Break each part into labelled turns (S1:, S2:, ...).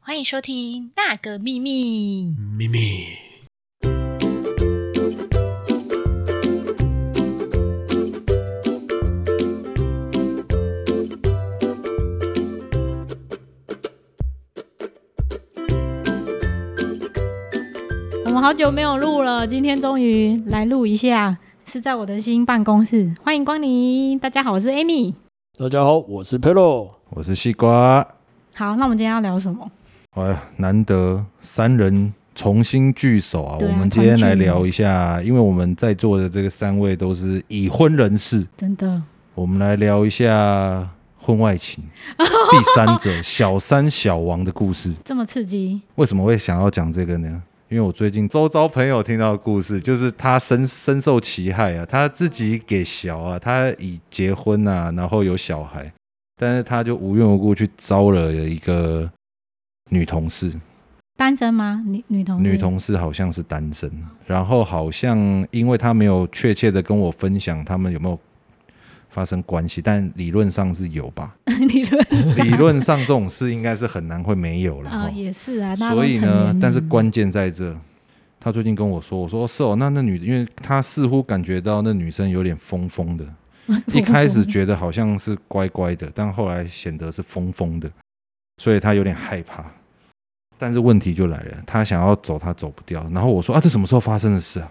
S1: 欢迎收听《那个秘密》。
S2: 咪咪，
S3: 我们好久没有录了，今天终于来录一下，是在我的新办公室，欢迎光临。大家好，我是 Amy。
S4: 大家好，我是 Pelo。
S2: 我是西瓜。
S3: 好，那我们今天要聊什么？
S2: 哎呀，难得三人重新聚首啊！
S3: 对啊
S2: 我们今天来
S3: 团聚
S2: 聊一下，因为我们在座的这个三位都是已婚人士，
S3: 真的，
S2: 我们来聊一下婚外情、 第三者、小三、小王的故事。
S3: 这么刺激？
S2: 为什么会想要讲这个呢？因为我最近周遭朋友听到的故事，就是他深深受其害啊，他自己给小啊，他已结婚啊，然后有小孩，但是他就无缘无故去招了一个女同事，
S3: 单身吗？女女同事？
S2: 女 同事好像是单身，然后好像因为他没有确切的跟我分享他们有没有发生关系，但理论上是有吧，
S3: 理论上
S2: 理论上这种事应该是很难会没有了。
S3: 啊、
S2: 哦
S3: 也是啊，大家都
S2: 所以
S3: 成年
S2: 呢
S3: 了，
S2: 但是 关键在这，他最近跟我说，我说、哦是哦，那那女，因为他似乎感觉到那女生有点疯疯的，一开始觉得好像是乖乖的，但后来显得是疯疯的，所以他有点害怕。但是问题就来了，他想要走，他走不掉。然后我说啊，这什么时候发生的事啊？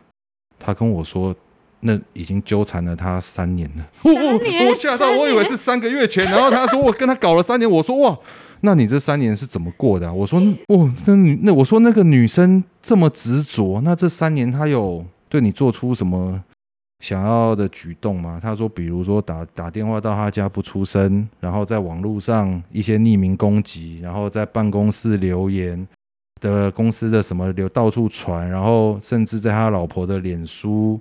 S2: 他跟我说，那已经纠缠了他三年了。
S3: 三
S2: 哦
S3: 年
S2: 哦我吓到，
S3: 三
S2: 我以为是三个月前。然后他说我跟他搞了三年，我说哇，那你这三年是怎么过的、啊？我说哦，那女那我说那个女生这么执着，那这三年她有对你做出什么想要的举动吗？他说，比如说打打电话到他家不出声，然后在网络上一些匿名攻击，然后在办公室留言的公司的什么留到处传，然后甚至在他老婆的脸书。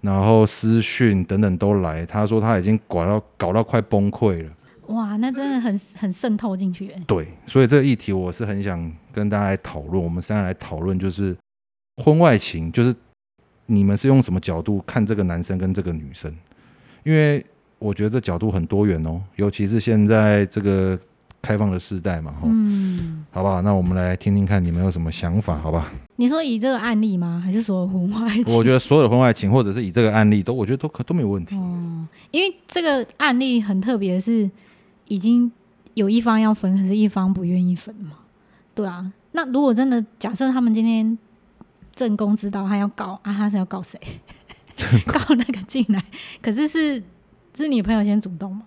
S2: 然后私讯等等都来，他说他已经搞到搞到快崩溃了。
S3: 哇，那真的很很渗透进去、欸。
S2: 对，所以这个议题我是很想跟大家来讨论，我们三个来讨论，就是婚外情，就是你们是用什么角度看这个男生跟这个女生？因为我觉得这角度很多元哦，尤其是现在这个开放的时代嘛，哈、
S3: 嗯，
S2: 好不好？那我们来听听看你们有什么想法，好吧？
S3: 你说以这个案例吗？还是所有婚外情？
S2: 我觉得所有的婚外情，或者是以这个案例，都我觉得都可都没有问题。
S3: 哦，因为这个案例很特别，是已经有一方要分，可是一方不愿意分嘛？对啊，那如果真的假设他们今天正宫知道他要告啊，他是要告谁？告那个进来，可是是是你朋友先主动嘛？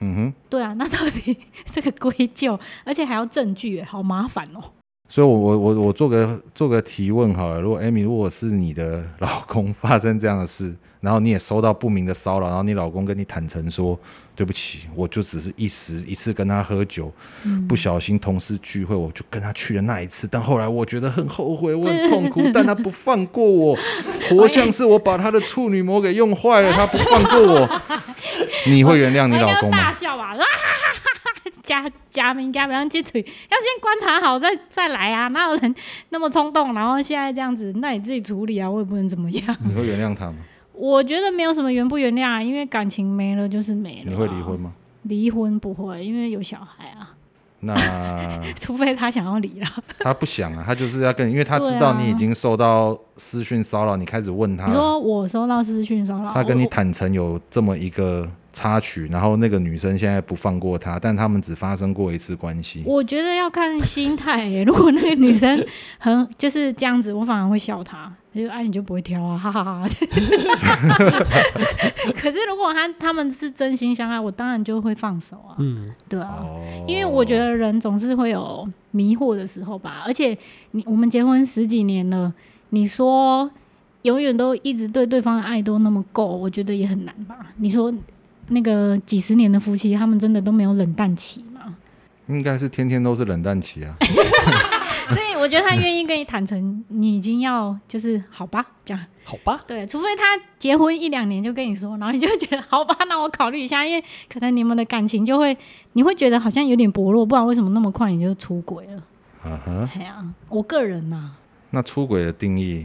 S2: 嗯哼。
S3: 对啊，那到底 这个归咎，而且还要证据耶，好麻烦哦。
S2: 所以我，我我我做个做个提问好了。如果 Amy，如果是你的老公发生这样的事， 然后你也收到不明的骚扰，然后你老公跟你坦诚说：“对不起，我就只是一时一次跟他喝酒，不小心同事聚会，我就跟他去了那一次。但后来我觉得很后悔，我很痛苦，但他不放过我，活像是我把他的处女膜给用坏了，他不放过我。你会原谅你
S3: 那
S2: 老
S3: 应该
S2: 公
S3: 要大
S2: 吗？
S3: 笑吧，啊哈哈哈哈！加加明加不要接腿，要先观察好再再来啊！哪有人那么冲动？然后现在这样子，那你自己处理啊，我也不能怎么 样。
S2: 你会原谅他吗？
S3: 我觉得没有什么原不原谅啊，因为感情没了就是没了、
S2: 你会离婚？吗？
S3: 离婚不会，因为有小孩啊，
S2: 那。”
S3: 除非他想要离了。
S2: 他不想啊，他就是要跟你，因为他
S3: 对啊
S2: 知道你已经受到私讯骚扰，你开始问他
S3: 你，说我收到私讯骚扰，
S2: 啊他跟你
S3: 我
S2: 坦诚有这么一个插曲，然后那个女生现在不放过他，但他们只发生过一次关系。
S3: 我觉得要看心态耶、如果那个女生很就是这样子，我反而会笑她，就哎、你就不会挑啊，哈哈哈可是如果他他们是真心相爱，我当然就会放手啊，
S4: 嗯，
S3: 对啊。
S2: 哦
S3: 因为我觉得人总是会有迷惑的时候吧，而且你我们结婚十几年了，你说永远都一直对对方的爱都那么够，我觉得也很难吧。你说那个几十年的夫妻，他们真的都没有冷淡期吗？
S2: 应该是天天都是冷淡 期啊。
S3: 所以我觉得他愿意跟你坦诚，你已经要就是好吧，这样
S4: 好吧，
S3: 对，除非他结婚一两年就跟你说，然后你就觉得好吧，那我考虑一下，因为可能你们的感情就会，你会觉得好像有点薄弱，不然为什么那么快你就出轨了？
S2: 啊哈，
S3: 哎呀、我个人呐、
S2: 那出轨的定义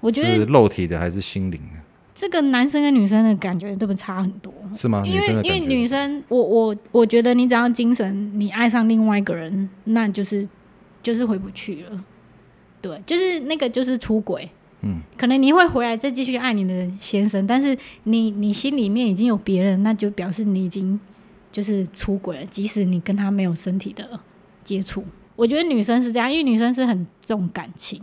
S3: 我觉
S2: 是
S3: 得
S2: 肉体的还是心灵的？
S3: 这个男生跟女生的感觉都不差很多，
S2: 是吗？
S3: 因
S2: 啊女
S3: 为
S2: 生的
S3: 因为
S2: 感
S3: 女
S2: 觉
S3: 生，我我我觉得你只要精神你爱上另外一个人，那就是就是回不去了。对，就是那个就是出轨。
S2: 嗯，
S3: 可能你会回来再继续爱你的先生，但是你你心里面已经有别人，那就表示你已经就是出轨了，即使你跟他没有身体的接触。我觉得女生是这样，因为女生是很重感情，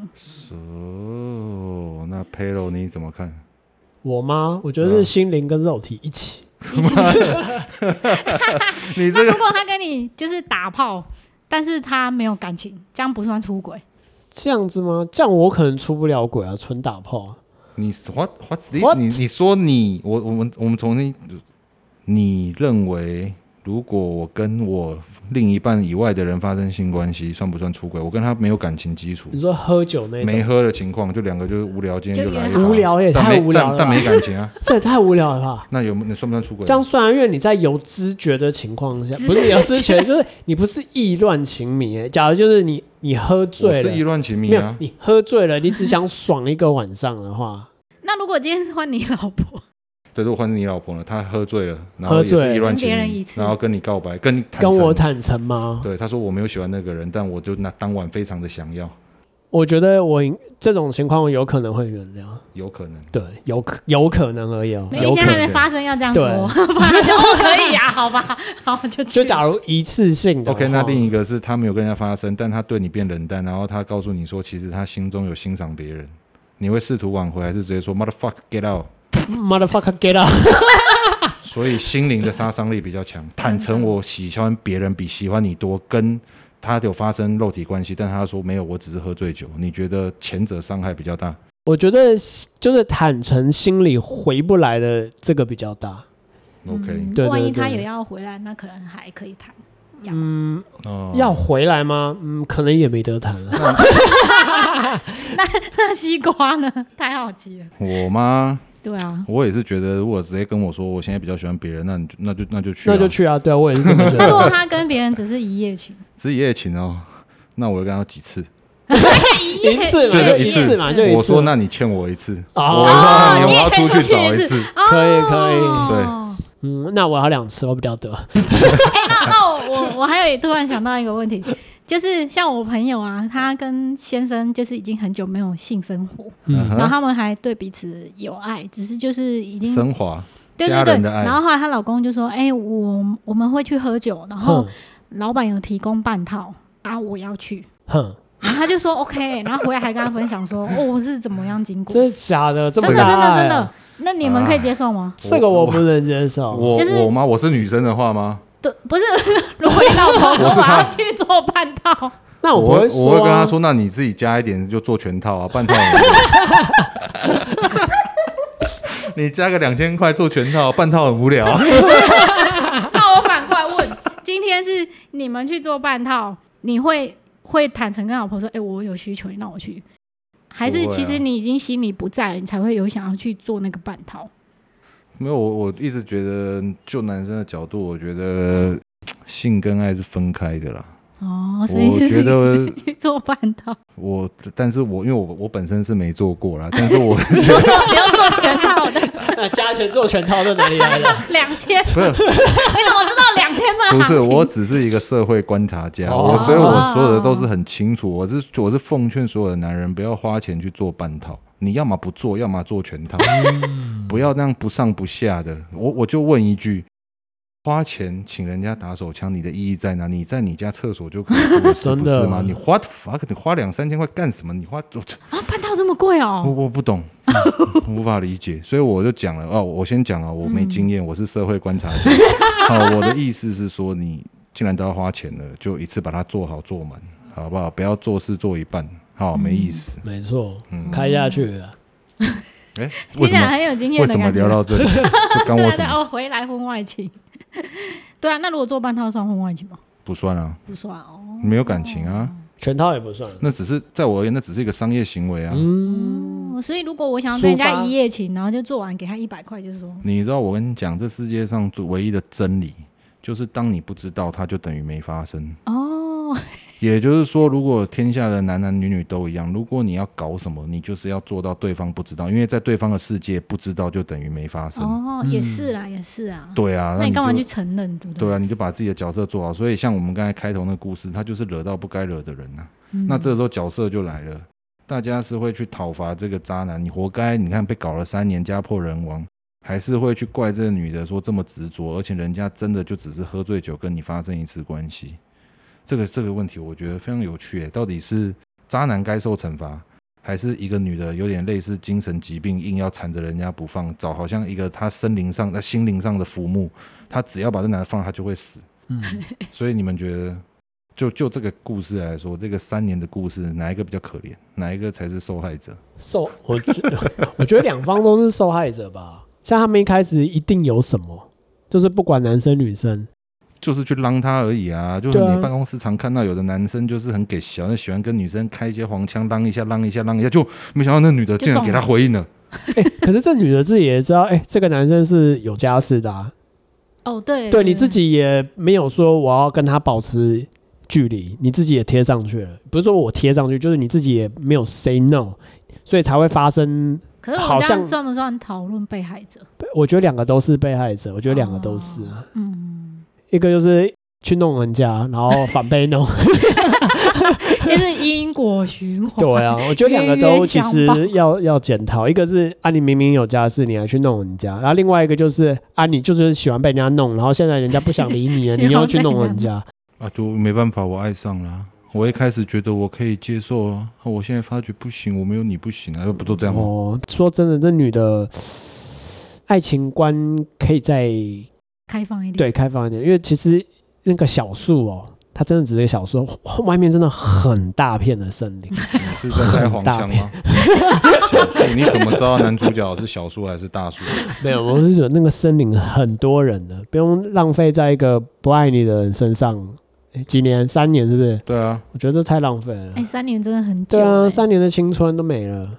S2: 哦，那 p e l o 你怎么看？
S4: 我吗？我觉
S2: 嗯
S4: 得是心灵跟肉体一起。
S3: 一起
S2: 你这
S3: 那
S2: 个
S3: 如果他跟你就是打炮，但是他没有感情，这样不算出轨。
S4: 这样子吗？这样我可能出不了轨啊，纯打炮啊。
S2: 你 what what this？
S4: What？
S2: 你你说你我我们我们重新，你认为如果我跟我另一半以外的人发生性关系，算不算出轨？我跟他没有感情基础，
S4: 你说喝酒那
S2: 没
S4: 种，
S2: 喝的情况，就两个就是无聊，今天
S3: 就
S2: 就来一
S3: 约好
S2: 发
S4: 无聊也
S2: 但
S4: 太
S2: 没
S4: 无聊了
S2: 但，但
S4: 吧
S2: 没感情啊。
S4: 这也太无聊了吧？
S2: 那有没有算不算出轨？
S4: 这样算啊，因为你在有知觉的情况下，不是有知觉， 就是你不是意乱情迷、欸。假如就是你你喝
S2: 我
S4: 醉
S2: 是
S4: 了，
S2: 意乱情迷
S4: 没有
S2: 啊，
S4: 你喝醉了，你只想爽一个晚上的话，
S3: 那如果今天是换你老婆，
S2: 对，如果换成你老婆呢，她喝醉了，然后也
S4: 喝醉
S2: 是意
S4: 了
S2: 乱情
S3: 跟别人一
S2: 迷，
S3: 次
S2: 然后跟你告白，跟你坦
S4: 跟我
S2: 诚
S4: 坦诚吗？
S2: 对，她说我没有喜欢那个人，但我就那当晚非常的想要，
S4: 我觉得我应这种情况我有可能会原谅，
S2: 有可能。
S4: 对，有可有可能而已哦、
S3: 因
S2: 有
S3: 为
S2: 可
S3: 现在还
S2: 能
S3: 没发生，要这样说， 不然就哦可以啊，好吧，好就去
S4: 就假如一次性的话
S2: OK，那另一个是他没有跟人家发生，但他对你变冷淡，然后他告诉你说，其实他心中有欣赏别人，你会试图挽回，还是直接说 motherfuck get out？
S4: motherfucker get out，
S2: 所以心灵的杀伤力比较强。坦诚我喜欢别人比喜欢你多，跟他有发生肉体关系，但他说没有，我只是喝醉酒。你觉得前者伤害比较大？
S4: 我觉得就是坦诚心里回不来的这个比较大。
S2: OK，、
S3: 嗯
S4: 对对
S3: 万一他
S4: 对
S3: 有要回来，那可能还可以谈。
S4: 嗯，
S2: 哦
S4: 要回来吗？嗯，可能也没得谈啊了。
S3: 那西瓜呢？太好奇了。
S2: 我吗？
S3: 对啊，
S2: 我也是觉得，如果直接跟我说我现在比较喜欢别人，那你就那就那就去、啊，
S4: 那就去啊，对啊，我也是这么觉
S3: 那如
S4: 得。
S3: 果他跟别人只是一夜情，
S2: 只一夜情哦。那我会跟他几次？
S4: 一次
S2: 就
S4: 嘛，就
S2: 一
S4: 一
S2: 次
S4: 次嘛，就一次。
S2: 我说，那你欠我一次。
S4: 哦
S2: 我说
S3: 哦
S2: 你我要
S3: 你也
S2: 出
S3: 可以
S2: 去找
S3: 出去
S2: 一
S3: 一
S2: 次。
S4: 可以可以
S3: 哦
S4: 嗯，那我要两次，我比较得。
S3: 那那我哦我 我还有突然想到一个问题，就是像我朋友啊，她跟先生就是已经很久没有性生活，
S2: 嗯哼
S3: 然后他们还对彼此有爱，只是就是已经
S2: 升华，
S3: 对
S2: 家
S3: 对
S2: 人
S3: 对。
S2: 的爱
S3: 然后后来她老公就说：“哎、我我们会去喝酒，然后
S2: 哦
S4: 哼
S3: 老板有提供半套啊，我要去。
S4: 哼，”
S3: 然后她就说：“OK。”然后回来还跟他分享说：“哦，我是怎么样经过。”
S4: 真的假的？这
S3: 真
S4: 么
S3: 的真
S4: 大
S3: 的
S4: 爱
S3: 真
S4: 啊
S3: 的，那你们可以接受吗？
S4: 这个我不能接受。
S2: 我
S3: 就是
S2: 我吗？我是女生的话吗？
S3: 对，不是， 如果你老婆说
S2: 我是
S3: 我
S2: 他
S3: 要去做半套，
S4: 那我不
S2: 我
S4: 会
S2: 会
S4: 说啊，
S2: 我会跟他说，那你自己加一点就做全套啊，半套 也可以。你加个两千块做全套，半套很无聊。啊
S3: 那我反过来问，今天是你们去做半套，你会会坦诚跟老婆说，哎、我有需求，你让我去，还是
S2: 不会啊
S3: 其实你已经心里不在了，你才会有想要去做那个半套？
S2: 没有，我我一直觉得，就男生的角度，我觉得性跟爱是分开的啦。
S3: 哦，所以
S2: 我觉得
S3: 去 做半套，
S2: 我，但是我因为我我本身是没做过啦，但是我 觉得
S3: 不要做全套的，
S4: 那加钱做全套在哪里来的？
S3: 两千，
S2: 不是
S3: 你怎么知道两千的
S2: 不
S3: 行
S2: 是，
S3: 情？
S2: 我只是一个社会观察家，
S4: 哦
S2: 我所以我说的都是很清楚。我是我是奉劝所有的男人不要花钱去做半套，你要么不做，要么做全套，
S4: 嗯
S2: 不要那样不上不下的。我我就问一句。花钱请人家打手枪，你的意义在哪？你在你家厕所就可以 做，是
S4: 真
S2: 不
S4: 的
S2: 是吗？你花 fuck，你花两三千块干什么？你花我
S3: 啊，半套这么贵
S2: 我
S3: 哦，
S2: 我不懂，嗯 无法理解，所以我就讲了哦，我先讲了，我没经
S3: 嗯
S2: 验，我是社会观察 家。好，我的意思是说，你既然都要花钱了，就一次把它做好做满，好不好？不要做事做一半，
S3: 嗯
S2: 好没意 思。
S4: 没错，
S2: 嗯，
S4: 开下去了。
S2: 哎、
S3: 听
S2: 为
S3: 起
S2: 什
S3: 来
S2: 么
S3: 很有经验
S2: 为
S3: 的
S2: 什么
S3: 感觉。
S2: 聊 到这里？这干我
S3: 对
S2: 什
S3: 对
S2: 么？
S3: 哦，回来婚外情， 对啊，那如果做半套算婚外情吗？
S2: 不算啊，
S3: 不算哦，
S2: 没有感情啊，
S4: 全套也不算。
S2: 那只是在我而言，那只是一个商业行为啊。
S4: 嗯，
S3: 哦所以如果我想要跟人
S4: 抒
S3: 家
S4: 发
S3: 一夜情，然后就做完给他一百块，就是说
S2: 你知道，我跟你讲，这世界上唯一的真理就是，当你不知道，它就等于没发生。
S3: 哦，
S2: 也就是说，如果天下的男男女女都一样，如果你要搞什么，你就是要做到对方不知道，因为在对方的世界，不知道就等于没发生。
S3: 哦，也是啦，也是啊。
S2: 对啊，
S3: 那你
S2: 就
S3: 干嘛去承认，对不
S2: 对
S3: 对
S2: 啊，你就把自己的角色做好。所以像我们刚才开头那故事，他就是惹到不该惹的人呐、啊
S3: 嗯
S2: 那这个时候角色就来了，大家是会去讨伐这个渣男，你活该，你看被搞了三年，家破人亡，还是会去怪这个女的说这么执着，而且人家真的就只是喝醉酒跟你发生一次关系。这个这个问题，我觉得非常有趣耶，到底是渣男该受惩罚，还是一个女的有点类似精神疾病，硬要缠着人家不放，找好像一个她身灵上、她心灵上的浮木，她只要把这男的放，她就会死。
S4: 嗯，
S2: 所以你们觉得，就就这个故事来说，这个三年的故事，哪一个比较可怜？哪一个才是受害者？
S4: 受我觉 我觉得两方都是受害者吧。像他们一开始一定有什么，就是不管男生女生，
S2: 就是去浪他而已啊！就是
S4: 对
S2: 你
S4: 啊
S2: 办公室常看到有的男生就是很给小，那喜欢跟女生开一些黄腔，浪一下，浪一下，浪一下，就没想到那女的
S3: 就
S2: 竟然
S3: 中
S2: 给他
S3: 了
S2: 回应了。
S4: 可是这女的自己也知道，哎、这个男生是有家室的、啊，
S3: 哦，对，
S4: 对你自己也没有说我要跟他保持距离，你自己也贴上去了，不是说我贴上去，就是你自己也没有 say no，所以才会发生。
S3: 可是我
S4: 好
S3: 们这样
S4: 像
S3: 算不算讨论被害者？
S4: 我觉得两个都是被害者，我觉得两个都是啊，
S3: 嗯，
S4: 一个就是去弄人家，然后反被弄，
S3: 就是因果循环。
S4: 对啊，我觉得两个
S3: 冤
S4: 都
S3: 冤
S4: 其
S3: 相
S4: 实
S3: 报
S4: 要要检讨，一个是啊你明明有家室，你还去弄人家，然后另外一个就是啊你就是喜欢被人家弄，然后现在人家不想 理你了，你又去弄人家，
S2: 啊，就没办法，我爱上了啊、我一开始觉得我可以接受啊，啊我现在发觉不行，我没有你不行啊，不都这样吗？
S4: 哦，说真的，这女的爱情观可以再
S3: 开放一点。
S4: 对开放一点，因为其实那个小树哦，它真的只是个小树，后外面真的很大片的森 林。
S2: 你是在开黄 腔吗？小树你怎么知道男主角是小树还是大树？
S4: 没有，我是觉得那个森林很多人的，不用浪费在一个不爱你的人身上。诶几年？三年是不是？
S2: 对啊，
S4: 我觉得这太浪费了。
S3: 哎，三年真的很久。
S4: 对啊，
S3: 哎
S4: 三年的青春都没了，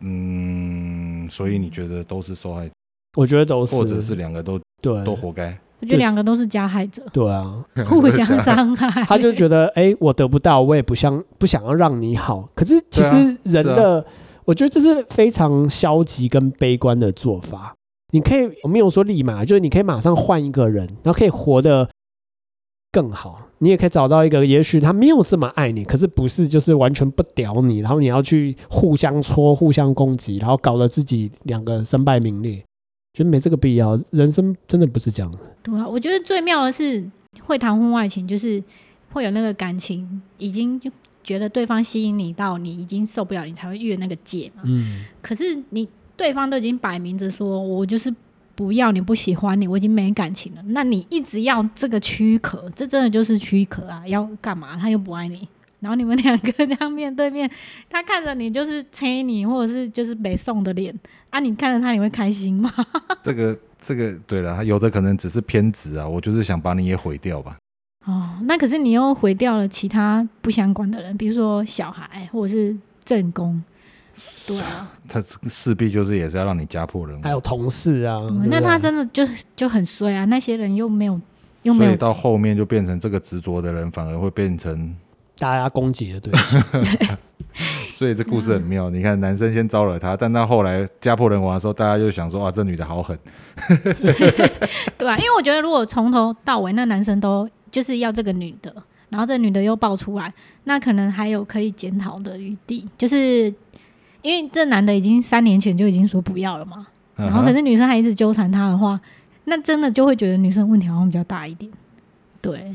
S2: 嗯，所以你觉得都是受害者，
S4: 我觉得都
S3: 嗯
S4: 是，
S2: 或者是两个都
S4: 对
S2: 都活该？
S3: 我觉得两个都是加害者，
S4: 对啊，
S3: 互相伤害。
S4: 他就觉得，哎、我得不到，我也不想不想要让你好。可是其实
S2: 对啊
S4: 人
S2: 是啊
S4: 的，我觉得这是非常消极跟悲观的做法。你可以我没有说立马，就是你可以马上换一个人，然后可以活得更好。你也可以找到一个，也许他没有这么爱你，可是不是就是完全不屌你，然后你要去互相戳、互相攻击，然后搞得自己两个身败名裂，觉得没这个必要。人生真的不是这样的。
S3: 对啊，我觉得最妙的是会谈婚外情，就是会有那个感情，已经就觉得对方吸引你到你已经受不了，你才会越那个界嘛。
S4: 嗯，
S3: 可是你对方都已经摆明着说，我就是不要你，不喜欢你，我已经没感情了。那你一直要这个躯壳，这真的就是躯壳啊！要干嘛？他又不爱你，然后你们两个 这样面对面，他看着你就是催你，或者是就是北宋的脸啊，你看着他你会开心吗？
S2: 这个这个，对了，有的可能只是偏执啊，我就是想把你也毁掉吧。
S3: 哦，那可是你又毁掉了其他不相关的人，比如说小孩或者是正宫，对啊。
S2: 他势必就是也是要让你家破人
S4: 还
S3: 哎
S4: 有
S2: 亡。
S4: 同事啊，
S3: 嗯
S4: 对不
S3: 那他
S4: 对
S3: 真的就就很衰啊！那些人又没有又没
S2: 所
S3: 有
S2: 以到后面就变成这个执着的人，反而会变成，
S4: 大家攻击的对象。
S2: 所以这故事很妙。
S3: 嗯
S2: 你看，男生先招惹他，但他后来家破人亡的时候，大家就想说，哇，啊这女的好狠。
S3: 对啊，因为我觉得如果从头到尾那男生都就是要这个女的，然后这女的又爆出来，那可能还有可以检讨的余地，就是因为这男的已经三年前就已经说不要了嘛，
S2: 嗯
S3: 然后
S2: 哼
S3: 可是女生还一直纠缠他的话，那真的就会觉得女生问题好像比较大一点，对。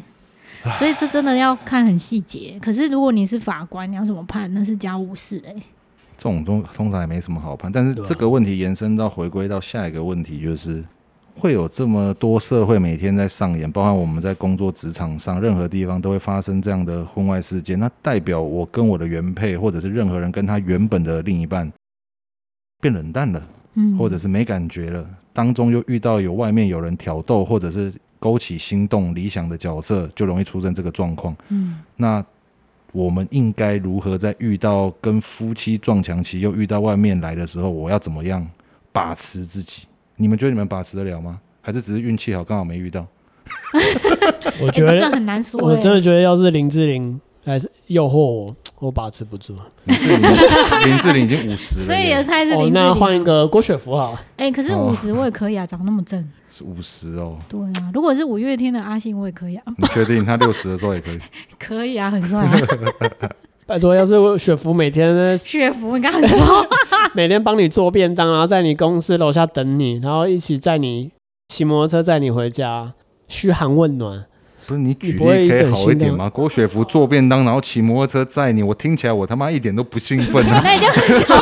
S3: 所以这真的要看很细节，可是如果你是法官，你要怎么判？那是家务事哎、
S2: 这种通通常也没什么好判，但是
S4: 对啊
S2: 这个问题延伸到回归到下一个问题，就是会有这么多社会每天在上演，包含我们在工作职场上任何地方都会发生这样的婚外事件，那代表我跟我的原配或者是任何人跟他原本的另一半变冷淡了，
S3: 嗯，
S2: 或者是没感觉了，当中又遇到有外面有人挑逗或者是勾起心动理想的角色，就容易出现这个状况。
S3: 嗯，
S2: 那我们应该如何在遇到跟夫妻撞墙期，又遇到外面来的时候，我要怎么样把持自己？你们觉得你们把持得了吗？还是只是运气好，刚好没遇到？
S4: 我
S3: 哎、
S4: 觉
S3: 这
S4: 得
S3: 真的很难说、欸，
S4: 我真的觉得，要是林志玲来诱惑我，我把持不住。
S2: 林志玲，林志玲已经五十了耶，
S3: 所以也猜是
S4: 哦
S3: 林，志
S4: 那换一
S3: 玲。啊
S4: 个郭雪芙好了，
S3: 哎、可是
S2: 哦
S3: 五十我也可以啊，长那么正。
S2: 是五十哦。
S3: 对啊，如果是五月天的阿信，我也可以啊，
S2: 你确定他六十的时候也可以？
S3: 可以啊，很帅 啊。
S4: 拜托，要是雪芙每 天
S3: 雪芙，你刚才说
S4: 每天帮你做便当，然后在你公司楼下等你，然后一起载你骑摩托车载你回家，嘘寒问暖。
S2: 不是你
S4: 你
S2: 举
S4: 不会
S2: 例可以
S4: 忍
S2: 好一
S4: 心的
S2: 点吗？郭雪芙做便当，然后骑摩托车载你，我听起来我他妈一点都不兴奋啊！
S3: 那你就叫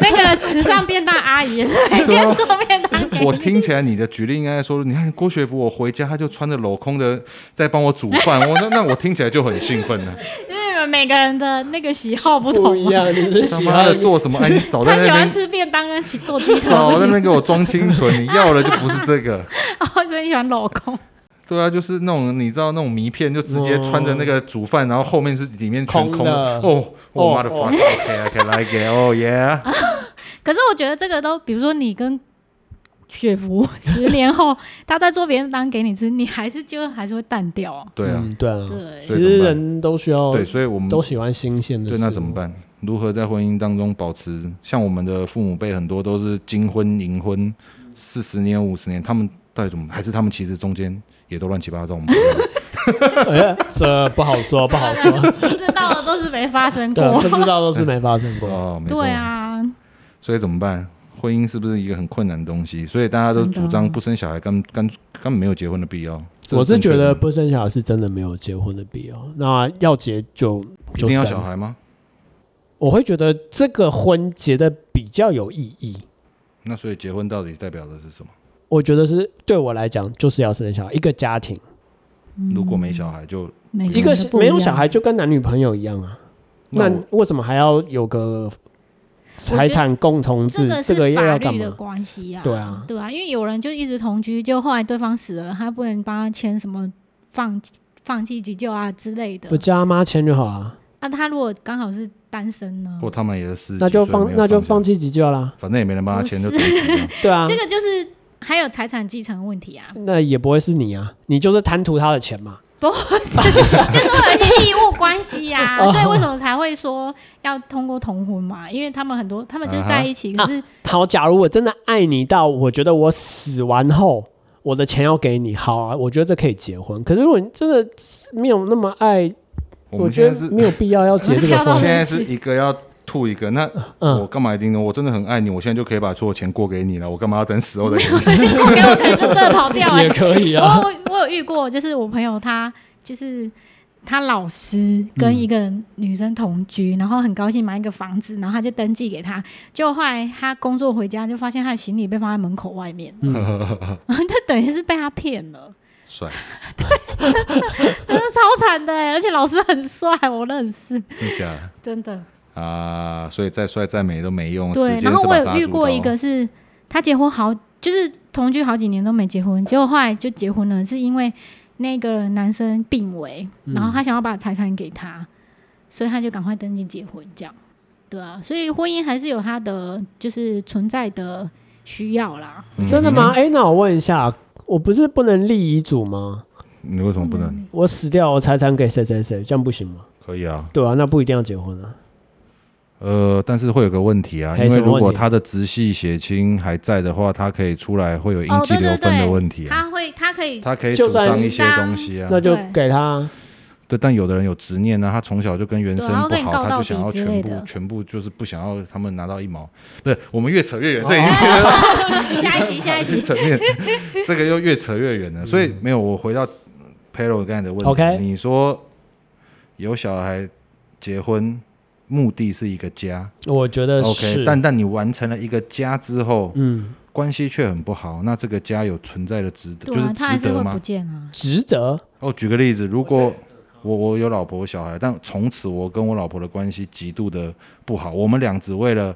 S3: 那个时尚便当阿姨每天做便当 给
S2: 我
S3: 你。
S2: 听起来你的举例应该说，你看郭雪芙，我回家她就穿着镂空的在帮我煮饭，我那那我听起来就很兴奋啊了。
S3: 因为你们每个人的那个喜好不
S4: 不
S3: 同啊
S4: 一
S3: 嘛。
S4: 样，你是
S2: 他
S4: 喜
S2: 妈
S4: 欢
S2: 的做什么？哎，你少在
S3: 他喜
S2: 那
S3: 欢
S2: 边，
S3: 吃便当跟起做机车
S2: 少
S3: 不
S2: 在那
S3: 行，
S2: 边给 我装清纯，你要了就不是 这个。
S3: 哦，所以你喜欢镂空。
S2: 对啊，就是那种你知道那种迷片，就直接穿着那个煮饭，然后后面是里面全
S4: 空
S2: 空
S4: 的
S2: 哦，
S4: 哦
S2: 我妈的 fuck，OK，I like it，哦 yeah。
S3: 可是我觉得这个都，比如说你跟雪芙十年后，他在做便当给你吃，你还是就还是会淡掉啊。
S2: 对啊，
S4: 嗯，对啊，
S3: 对
S2: 所
S4: 其
S2: 以怎
S4: 实
S2: 么办
S4: 人都需要，
S2: 对，所以我们
S4: 都喜欢新鲜的。
S2: 对，那怎么？办？如何在婚姻当中保持像我们的父母辈很多都是金婚银婚四十年五十年，他们到底怎么？还是他们其实中间也都乱七八 糟？我们不知道
S4: 哎，这不好说，不好 说。
S3: 知道的都是没发生
S4: 对啊，
S3: 过。
S4: 不知道都是没发生过。
S2: 哦，没错。
S3: 对啊，
S2: 所以怎么办？婚姻是不是一个很困难的东西？所以大家都主张不生小孩，根根根本没有结婚的必要。这
S4: 我是
S2: 正确
S4: 觉
S2: 的
S4: 得
S2: 吗
S4: 不生小孩是真的没有结婚的必要。那要结就
S2: 一
S4: 就
S2: 定要
S4: 生
S2: 小，孩吗？
S4: 我会觉得这个婚结的比较有意义。
S2: 那所以结婚到底代表的是什么？
S4: 我觉得是对我来讲，就是要生小孩，一个家庭，
S2: 如果没小孩就，
S3: 嗯每
S4: 一个
S3: 人都嗯不
S4: 没有
S3: 样啊
S4: 小孩就跟男女朋友一样啊。
S2: 那
S4: 那
S2: 我
S4: 为什么还要有个
S3: 得
S4: 财产共同
S3: 这
S4: 制
S3: 个？
S4: 这
S3: 是
S4: 个要
S3: 法
S4: 要干
S3: 律的
S4: 嘛？
S3: 关系啊，
S4: 对啊
S3: 对啊，因为有人就一直同居，就后来对方死了，他不能帮他签什么放放弃急救啊之类的
S4: 不。叫他妈签就好了，
S3: 那、啊他如果刚好是单身呢
S2: 不？过他们也是十几
S4: 那就
S2: 岁
S4: 放
S2: 没有
S4: 那就
S2: 上
S4: 放
S2: 交，
S4: 弃急救啦。
S2: 反正也没人帮他
S3: 不
S2: 签，就是等死了。
S4: 对啊
S3: 这，个就是还有财产继承问题啊，
S4: 那也不会是你啊，你就是贪图他的钱嘛。
S3: 不是， 就是会有一些义务关系 呀、
S4: 哦
S3: 所以为什么才会说要通过同婚嘛？因为他们很多，他们就是在一起，
S4: 啊哈
S3: 可是
S4: 好，假如我真的爱你到我觉得我死完后，我的钱要给你，好啊，我觉得这可以结婚。可是如果你真的没有那么爱，
S2: 我
S4: 我
S2: 们
S4: 觉
S2: 现在
S4: 得
S2: 是
S4: 没有必要要结这个
S3: 跳到
S4: 婚
S2: 现。在
S3: 东
S2: 是
S3: 西
S2: 一个要吐一个，那我
S4: 嗯，
S2: 干嘛一定呢？我真的很爱你，我现在就可以把所有钱过给你了，我干嘛要等死 后再给你？
S3: 我给我可能就真的跑掉了、
S4: 也可以啊。
S3: 我我有遇过，就是我朋友他就是他老师跟一个女生同居，然后很高兴买一个房子，然后他就登记给他，结果后来他工作回家就发现他的行李被放在门口外面，他 等于是被他骗了，
S2: 帅，
S3: 真的超惨的、欸，而且老师很帅，我认识，
S2: 真假的
S3: 真的。
S2: 啊？所以再帅再美都没用，
S3: 对，
S2: 时间
S3: 然后
S2: 是
S3: 我
S2: 把
S3: 有
S2: 杀
S3: 遇
S2: 猪
S3: 过
S2: 刀
S3: 一个是，他结婚好，就是同居好几年都没结婚，结果后来就结婚了，是因为那个男生病危，然后他想要把财产给他，所以他就赶快登记结婚，这样，对啊，所以婚姻还是有它的就是存在的需要啦。
S2: 嗯
S4: 真的吗？哎、那我问一下，我不是不能立遗嘱吗？
S2: 你为什么不
S3: 嗯
S2: 能？
S4: 我死掉，我财产给谁谁谁，这样不行吗？
S2: 可以啊，
S4: 对啊，那不一定要结婚啊。
S2: 呃，但是会有个问题啊，
S4: 嘿
S2: 因为
S4: 什么
S2: 如果
S4: 问题
S2: 他的直系血亲还在的话，他可以出来会有
S3: 哦
S2: 应激
S3: 对对
S2: 流分的
S3: 对
S2: 问题啊，
S3: 他会，他可以，
S2: 他可以
S4: 就
S2: 主
S4: 算
S2: 张一些
S3: 主张
S2: 东西啊，
S4: 那就
S3: 对
S4: 给他啊。
S2: 对，但有的人有执念啊，他从小就跟原
S3: 对
S2: 生
S3: 然后
S2: 不
S3: 跟你
S2: 好，
S3: 告
S2: 他
S3: 到
S2: 就
S3: 底
S2: 想要
S3: 之
S2: 全
S3: 类
S2: 部
S3: 的
S2: 全部就是不想要他们拿到一毛。不是，我们越扯越远，
S4: 哦
S2: 这已经
S3: 下一集，下一集
S2: 越，扯越远，这个又越扯越远
S3: 嗯
S2: 了。所以没有，我回到 p e r o 刚才的问题
S4: OK
S2: 你说有小孩结婚目的是一个家
S4: 我觉
S3: 呃
S4: 得是
S2: ，OK，但但你完成了一个家之后，
S4: 嗯，
S2: 关系却很不好，那这个家有存在的值得，
S3: 对
S2: 就
S3: 啊
S2: 是，
S3: 他还
S2: 值
S3: 是
S2: 得
S3: 会
S2: 吗
S3: 不？见啊。
S4: 值得。
S2: 哦，举个例子，如果我我有老婆有小孩，但从此我跟我老婆的关系极度的不好，我们俩只为了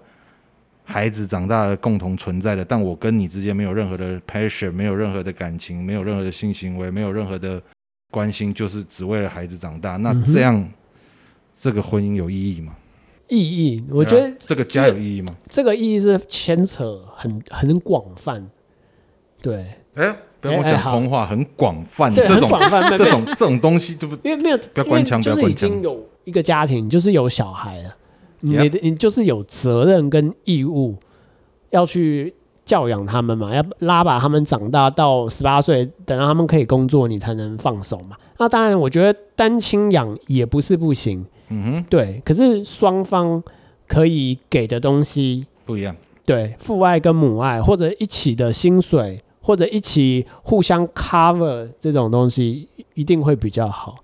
S2: 孩子长大而共同存在的，但我跟你之间没有任何的 passion，没有任何的感情，没有任何的性行为，没有任何的关心，就是只为了孩子长大。那
S4: 嗯哼
S2: 这样，这个婚姻有意义吗？
S4: 意义，我觉
S2: 对啊
S4: 得
S2: 这个家有意义吗？
S4: 这个意义是牵扯很很广泛。对，
S2: 哎，不要跟我
S4: 哎哎
S2: 讲
S4: 好
S2: 空话，很广泛
S4: 对，
S2: 嗯这
S4: 很
S2: 种
S4: 广泛，没有
S2: 这种这种东西，对不？
S4: 因为没有
S2: 不要关枪
S4: 因为就
S2: 不要
S4: 是
S2: 关
S4: 已
S2: 枪
S4: 经有一个家庭，你就是有小孩了，你
S2: Yep
S4: 的你就是有责任跟义务要去教养他们嘛，要拉把他们长大到十八岁，等到他们可以工作，你才能放手嘛。那当然，我觉得单亲养也不是不行，
S2: 嗯哼，
S4: 对，可是双方可以给的东西
S2: 不一样。
S4: 对，父爱跟母爱，或者一起的薪水，或者一起互相 cover 这种东西，一一定会比较好。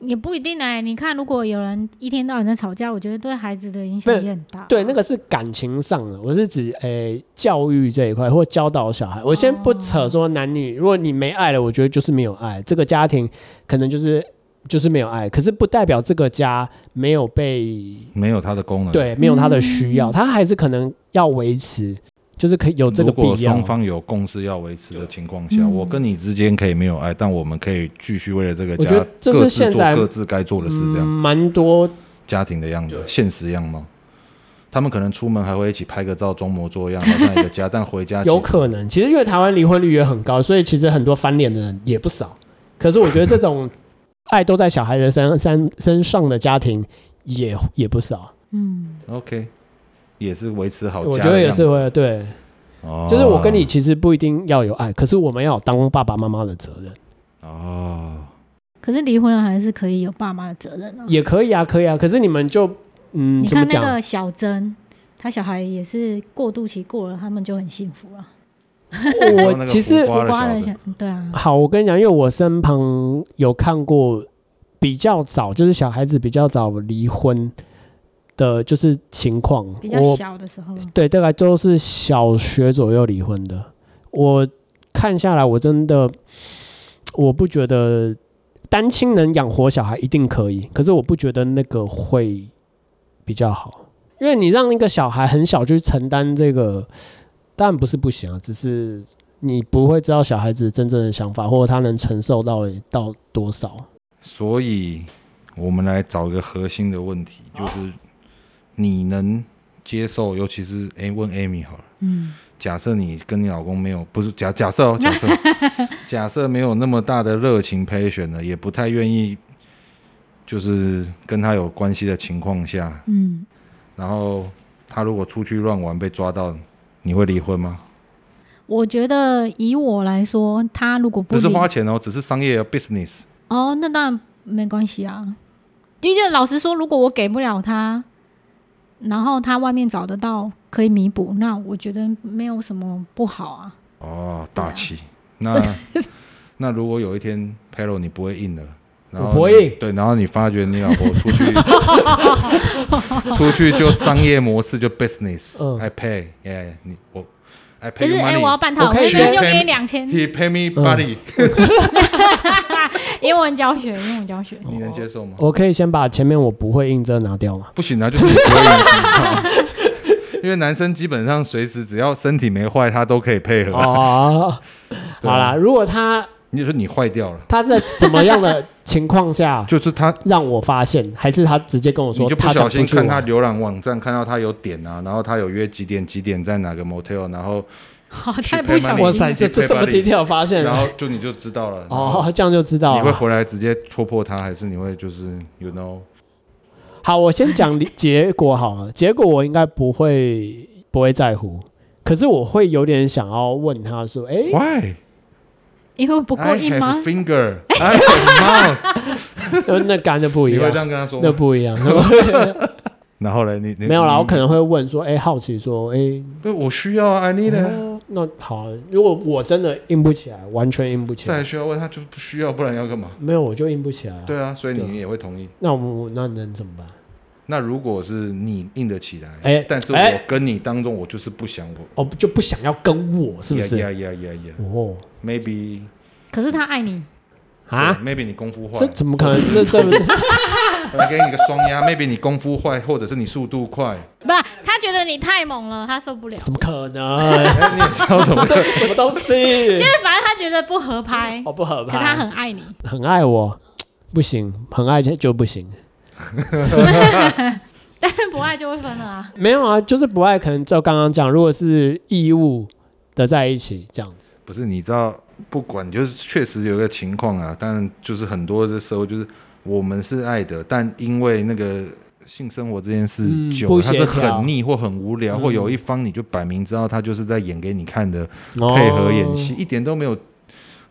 S3: 也不一定哎、你看，如果有人一天到晚在吵架，我觉得对孩子的影响
S4: 对
S3: 也很大。啊
S4: 对，那个是感情上的，我是指诶、教育这一块或教导小孩。我先不扯说男女，如果你没爱了，我觉得就是没有爱，这个家庭可能就是就是没有爱，可是不代表这个家没有被
S2: 没有它的功能。，
S4: 对没有他的需要，他还是可能要维持，就是可以有哦这个
S2: 如
S4: 必
S2: 果
S4: 要。
S2: 双方有共识要维持的情况
S3: 对
S2: 下，
S3: 嗯
S2: 我跟你之间可以没有爱，但我们可以继续为了这个
S4: 我觉
S2: 家
S4: 得这是
S2: 各自
S4: 现在
S2: 做各自该做的事，这
S4: 嗯
S2: 样
S4: 蛮多
S2: 家庭的样子、现实样貌。他们可能出门还会一起拍个照，装模作样，好像一个家，但回家啊其实
S4: 有可能，其实因为台湾离婚率也很高，所以其实很多翻脸的人也不少。可是我觉得这 种爱都在小孩的身身身上的家庭也也不少，
S3: 嗯，
S2: OK，也是维持哦好家的
S4: 我
S2: 样
S4: 觉
S2: 子。
S4: 得也是会对，
S2: 哦，
S4: 就是我跟你其实不一定要有爱，可是我们要有当爸爸妈妈的责任，
S2: 哦，
S3: 可是离婚了还是可以有爸妈的责任啊。
S2: 嗯
S4: 也可以啊，可以啊。可是你们就嗯，
S3: 你
S4: 怎么
S3: 看那
S4: 讲？
S3: 个小珍，她小孩也是过渡期过了，他们就很幸福了。
S2: 那
S4: 我
S2: 个
S4: 其实
S2: 苦瓜的
S3: 刮了
S2: 小
S3: 一
S2: 子
S3: 下，对啊，
S4: 好，我跟你讲，因为我身旁有看过比较早，就是小孩子比较早离婚的，就是情况，
S3: 比较
S4: 我
S3: 小的时候，
S4: 对，大概都是小学左右离婚的。我看下来，我真的我不觉得单亲能养活小孩一定可以，可是我不觉得那个会比较好，因为你让一个小孩很小去承担这个，当然不是不行啊，只是你不会知道小孩子真正的想法，或者他能承受到到多少。
S2: 所以，我们来找一个核心的问题，就是你能接受，尤其是哎，问 Amy 好了。
S3: 嗯，
S2: 假设你跟你老公没有，不是假假设哦，假设假设没有那么大的热情陪选了，也不太愿意，就是跟他有关系的情况下，
S3: 嗯，
S2: 然后他如果出去乱玩被抓到，你会离婚吗？
S3: 我觉得以我来说，他如果不
S2: 不是
S3: 离
S2: 花钱哦，只是商业 business。
S3: 哦，那当然没关系啊。因为老实说，如果我给不了他，然后他外面找得到可以弥补，那我觉得没有什么不好啊。
S2: 哦，大气。那 那如果有一天 p e r o 你不会硬了，然后
S4: 我不会
S2: 你
S4: 硬
S2: 对，然后你发觉你老婆出去 出去就商业模式就 business，I、
S4: 嗯
S2: pay，yeah, 你我 I
S3: 就
S2: pay
S3: 是
S2: you
S3: 哎、
S2: money，
S3: 我要办
S4: 我
S3: 套，
S4: 可以
S3: 现在就
S2: 学
S3: 给你两千，
S2: he pay me
S4: 嗯
S2: body，、
S3: 英文教学，英文教
S4: 哦
S3: 学。哦
S2: 你能接受吗？
S4: 我可以先把前面我不会应征拿掉吗？
S2: 不行啊，就是你不会硬 因为男生基本上随时只要身体没坏，他都可以配合。
S4: 哦，
S2: 对
S4: 好啦，如果他
S2: 你就说你坏掉了，
S4: 他在什么样的情况下
S2: 就是他
S4: 让我发现，还是他直接跟我
S2: 你
S4: 说
S2: 就不
S4: 他
S2: 小
S4: 想出
S2: 心
S4: 去
S2: 看他
S4: 玩？
S2: 浏览网站，看到他有点啊，然后他有约几点几点在哪个 motel，然后
S3: 好，太不小
S2: 去
S4: 哇
S2: 陪伴
S4: 塞，
S2: 你
S3: 心。
S4: 这这这么低调发现
S2: 然
S4: 了
S2: 后就你就知道了。
S4: 哦，这样就知道
S2: 你会
S4: 了。
S2: 回来直接戳破他，还是你会就是 you know
S4: 好，我先讲结果好了，结果我应该不会不会在乎，可是我会有点想要问他说，哎，
S2: why
S3: 因为不够
S2: I
S3: 硬吗
S2: have？finger I have mouth，
S4: 呃那干的不一
S2: 你会
S4: 样
S2: 这，样跟他说
S4: 那
S2: 吗？
S4: 不一 样。
S2: 然后嘞，你你
S4: 没有啦，我可
S2: 能
S4: 能会问说，哎，好奇说，哎，
S2: 对我需要啊 I need it，
S4: 哦那好，如果我真的硬不起来，完全硬不起
S2: 这还
S4: 来，
S2: 需要问他就不需要，不然要干嘛？
S4: 没有我就硬不起来啊。
S2: 对啊，所以
S4: 对
S2: 你也会同意。
S4: 那我那能怎么办？
S2: 那如果是你硬得起来，
S4: 哎
S2: 但是
S4: 哎
S2: 我跟你当中，我就是不想我，
S4: 哦，就不想要跟我，是不是？
S2: 呀呀呀呀
S4: 哦
S2: ，maybe
S3: 可是他爱你，
S4: 啊，
S2: 对，maybe 你功夫坏
S4: 这
S2: 了，
S4: 怎么可能？这这
S2: 我来给你个双压，maybe 你功夫坏，或者是你速度快，
S3: 不是，他觉得你太猛了，他受不了。
S4: 怎么可能？
S2: 哎你也知道怎么
S4: 这是什么东西？
S3: 就是反正他觉得不合拍，
S4: 哦，不合
S3: 可
S4: 拍。
S3: 他很爱你。
S4: 很爱我，不行，很爱就不行。
S3: 但是不爱就会分了啊。
S4: 没有啊，就是不爱，可能就刚刚讲，如果是义务的在一起这样子，
S2: 不是，你知道不管，就是确实有一个情况啊，但就是很多的时候就是我们是爱的，但因为那个性生活这件事
S4: 嗯
S2: 久
S4: 不
S2: 了，它是
S4: 协调
S2: 很腻或很无聊，或
S4: 嗯
S2: 有一方你就摆明知道他就是在演给你看的，
S4: 哦
S2: 配合演戏，一点都没有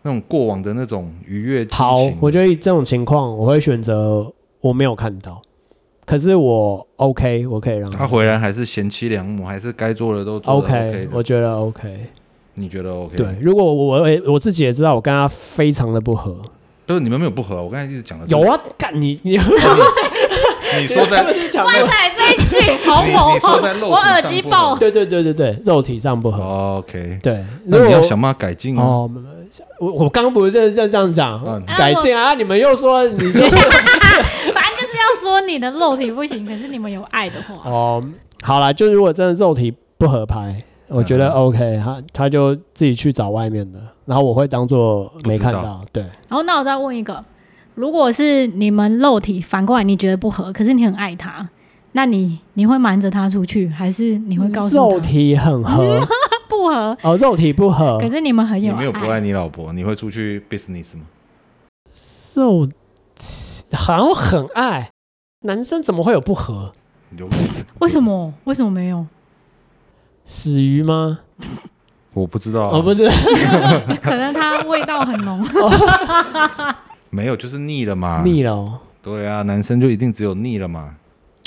S2: 那种过往的那种愉悦激
S4: 好
S2: 情。，
S4: 我觉得这种情况我会选择我没有看到，可是我 OK，我可以让
S2: 他回来还是贤妻良母，还是该做的都啊做得
S4: OK，,
S2: 的
S4: 我觉得 OK。
S2: 你觉得 OK？
S4: 对，，如果我我也我自己也知道我跟他非常的不合，
S2: 就是你们没有不合啊，我刚才一直讲的是
S4: 有，啊，干你 你
S2: 你 说在
S4: 他们是讲过
S3: 塞，这一句好
S2: 你
S3: 猛
S2: 你说在
S3: 哦！
S2: 肉
S3: 我耳机
S2: 体上不合
S3: 爆。
S4: 对对对对对，肉体上不合，
S2: OK，
S4: 对，
S2: 哦那你
S4: 如
S2: 要
S4: 果
S2: 想办法改进啊。
S4: 哦，没没我我刚刚不是这这这样讲
S2: 嗯
S4: 改进啊，你们又说你 就
S3: 反正就是要说你的肉体不行，可是你们有爱的话，
S4: 哦，好啦，就如果真的肉体不合拍，我觉得
S2: 嗯
S4: OK，他他就自己去找外面的，然后我会当做没看
S2: 不知
S4: 到。对，
S3: 然后那我再问一个，如果是你们肉体反过来你觉得不合，可是你很爱他，那你你会瞒着他出去，还是你会告诉
S4: 肉
S3: 他
S4: 体很合
S3: 不合？
S4: 哦，肉体不合
S3: 可，是你们很
S2: 你
S3: 有
S2: 没有不爱
S3: 爱，
S2: 你老婆，你会出去 business 吗？
S4: 肉体好像很爱，男生怎么会有不合？
S2: 有
S3: 为什？么？为什么没有？
S4: 死鱼吗？
S2: 我不知道啊，
S4: 我哦不知道，
S3: 可能他味道很浓。
S2: 没有，就是腻了嘛。
S4: 腻了哦。
S2: 对啊，男生就一定只有腻了嘛。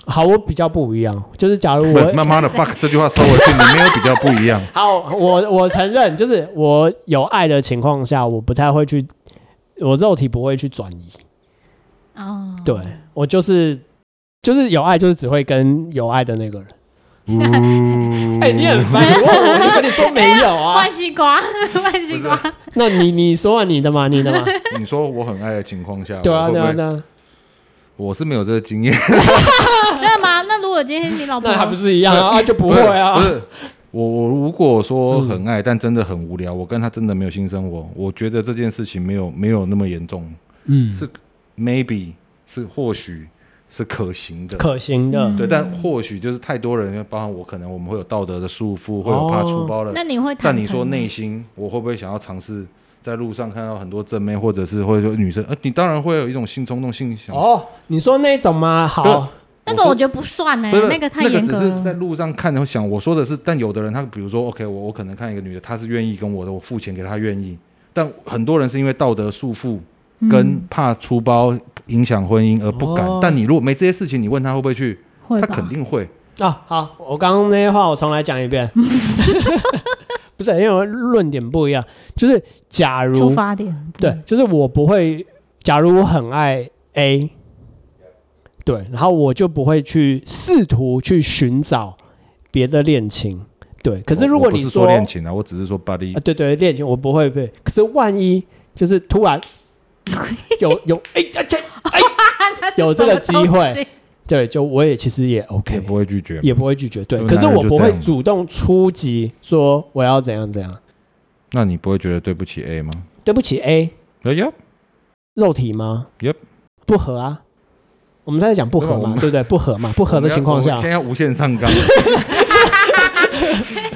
S4: 好，我比较不一样，就是假如
S2: 不，
S4: 我
S2: 妈妈 的 fuck 这句话收回去，你没有比较不一样。
S4: 好，我我承认，就是我有爱的情况下，我不太会去，我肉体不会去转移。
S3: 哦，
S4: 对我就是就是有爱，就是只会跟有爱的那个人。 哎、你很烦， 我我就跟你说没有啊
S3: 换。哦西瓜， 换西瓜，
S4: 那你你说完你的嘛，你的 嘛。
S2: 你说我很爱的情况下，
S4: 对啊，
S2: 哦我会
S4: 对
S2: 不
S4: 啊，
S2: 会
S4: 对啊。
S2: 我是没有这 个经验，
S3: 真的吗？那如果今天你老婆
S4: 那还不是一样 啊？就不会啊嗯
S2: 不。是。我我如果说很爱，但真的很无聊，我跟他真的没有性生活，我觉得这件事情没有没有那么严重，
S4: 嗯，
S2: 是 maybe 是或许是可行的，嗯
S4: 可行
S3: 嗯
S4: 的。
S2: 对，但或许就是太多人，包含我，可能我们会有道德的束缚，会有怕出包的。
S3: 哦那你会坦
S2: 但
S3: 诚吗？
S2: 你说内心，我会不会想要尝试在路上看到很多正妹，或者是或者说女生？呃，你当然会有一种性冲动、性想。
S4: 哦，你说那种吗？
S2: 对
S4: 好，
S3: 那种我
S2: 我
S3: 觉得不算呢、欸
S2: 不是
S3: 那个太严格
S2: 那只是在
S3: 了。
S2: 路上看，然后想。我说的是，但有的人他比如说，OK，我我可能看一个女的，她是愿意跟我的，我付钱给她愿意。但很多人是因为道德束缚跟
S3: 嗯
S2: 怕出包影响婚姻而不敢。
S4: 哦
S2: 但你如果没这些事情，你问他会不会去，
S3: 会
S2: 他
S3: 吧？
S2: 肯定会。
S4: 啊，好，我刚刚那些话我重来讲一遍。 不是，因为我论点不一样，就是假
S3: 出
S4: 如
S3: 发嗯点
S4: 对，，就是我不会，假如我很爱 A，对，然后我就不会去试图去寻找别的恋情，对。可是如
S2: 我
S4: 果
S2: 我不
S4: 你
S2: 是
S4: 说
S2: 说恋情啊，我只是说 buddy
S4: 啊，对对，恋情我不会被，可是万一就是突 然有有哎而且哎 有这个机
S3: 什么东
S4: 会，
S3: 西，
S4: 对，就我也其实也 OK，
S2: 也不会拒绝嘛。
S4: 也不会拒绝，对。
S2: 就
S4: 可是
S2: 男人
S4: 我
S2: 就
S4: 不
S2: 这
S4: 会
S2: 样
S4: 主动出击说我要怎样怎样，
S2: 那你不会觉得对不起 A 吗？
S4: 对不起 A，
S2: 哎呀，
S4: 肉体吗
S2: Yep
S4: 不合啊。我们在讲不合
S2: 没有我
S4: 嘛，
S2: 们
S4: 对不 对？不合嘛，不合的情况
S2: 我
S4: 下
S2: 们要我们，现在要无限上 纲。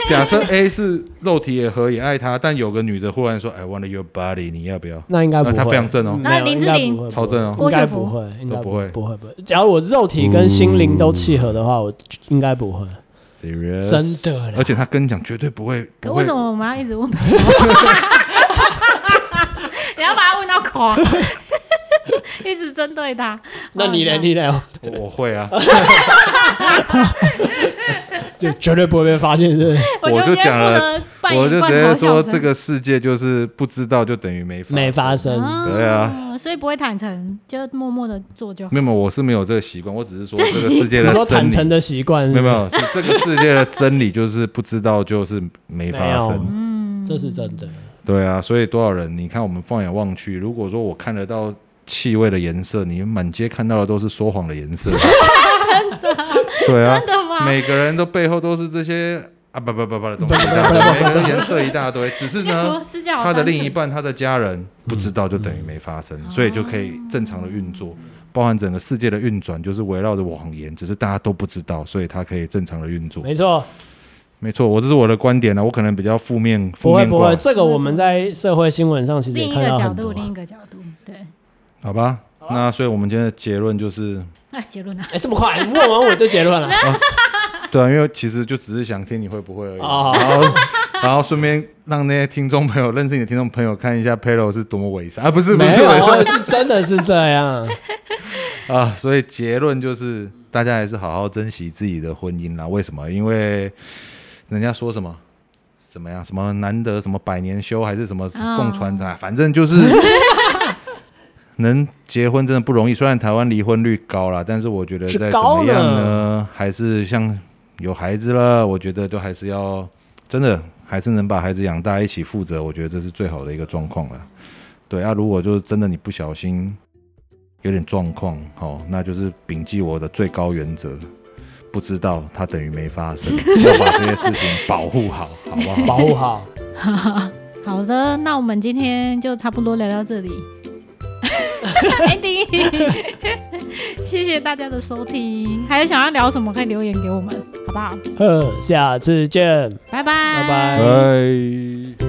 S2: 假设 A 是肉体也合也爱他，但有个女的忽然说 “I want your body”，你要不要？
S4: 那应该不会。
S2: 那他非常正哦
S4: 嗯没有
S3: 那林
S4: 应该
S3: 志玲
S4: 不会
S2: 超正哦
S3: 郭
S4: 应该
S3: 雪芙
S4: 不会，应该
S2: 都不
S4: 会，
S2: 会
S4: 不会，不会。假如我肉体跟心灵都契合的话，我应该不会，
S2: Serious，
S4: 真。的啦
S2: 而。且他跟你讲，绝对不会。
S3: 可
S2: 不会
S3: 为什么我们要一直问朋友？ 你要把他问到垮， 一直针对他。哦
S4: 那你
S3: 好
S4: 呢？
S3: 好笑
S4: 你呢？
S2: 我？我会啊，
S4: 就绝对不会被发现，是 不是
S3: 我
S2: 我
S3: 就
S2: 就
S3: 先
S2: 讲
S3: 负
S2: 了
S3: 责扮
S2: 我
S3: 演
S2: 就
S3: 罐
S2: 直
S3: 头
S2: 接
S3: 笑
S2: 说
S3: 声
S2: 这个世界就是不知道就等于没发
S4: 没发生。
S2: 对啊，
S3: 哦所以不会坦诚，就默默的做就好。
S2: 没有，没有我是没有这个习惯，我只是说
S3: 这
S2: 这个世界
S4: 你
S2: 的
S4: 说
S2: 真
S4: 坦
S2: 理
S4: 诚。的习惯，
S2: 没有没，有，是这个世界的真理就是不知道就是没
S4: 没
S2: 发
S4: 有
S2: 生。
S3: 嗯，
S4: 这是真的。
S2: 对啊，所以多少人？你看我们放眼望去，如果说我看得到气味的颜色，你满街看到的都是说谎 的颜色。真的？对啊
S3: 真，的吗？
S2: 每个人都背后都是这些啊不不不不的东西，一大堆每个人颜色一大堆。只是 呢，
S3: 我是这样，
S2: 啊他的另一半、他的家人不知道，就等于没发生，
S3: 嗯
S2: 所以就可以正常的运作。包含整个世界的运转，就是围绕着谎言，只是大家都不知道，所以它可以正常的运作。
S4: 没错，
S2: 没错，我这是我的观点了，我可能比较负面，
S4: 不
S2: 负
S4: 会
S2: 面
S4: 不
S2: 挂
S4: 会，，这个我们在社会新闻上其实
S3: 另
S4: 也
S3: 一
S4: 看
S3: 个
S4: 到
S3: 角
S4: 很
S3: 度，
S4: 多、
S3: 另一
S4: 啊。
S3: 个角度，对，
S2: 好吧？那所以我们今天的结论就是，
S3: 啊，结论啊，
S4: 哎，这么快，你问完我就结论 了。
S2: 对啊，因为其实就只是想听你会不会而已，
S4: 哦
S2: 然后 然后顺便让那些听众朋友认识你的听众朋友看一下 p e l o 是多么伪善啊，不是不
S4: 没
S2: 是
S4: 有，
S2: 伪善
S4: 是真的是这样。
S2: 啊，所以结论就是大家还是好好珍惜自己的婚姻啦。为什么？因为人家说什么？怎么样？什么难得什么百年修还是什么
S3: 啊
S2: 共传啊？反 正就是能结婚真的不容易。虽然台湾离婚率高啦，但是我觉得
S4: 是
S2: 再怎
S4: 高
S2: 么样
S4: 呢
S2: 呢，还是像有孩子了，我觉得都还是要真的还是能把孩子养大，一起负责，我觉得这是最好的一个状况了。对啊，如果就是真的你不小心有点状况，哦，那就是摒弃我的最高原则，不知道它等于没发生，要把这些事情保护好，好不好？
S4: 保护好，
S3: 好的，那我们今天就差不多聊到这里。Ending，谢谢大家的收听，还有想要聊什么可以留言给我们，好不好？
S4: 呃，下次见。
S3: 拜拜，
S4: 拜拜
S2: 拜。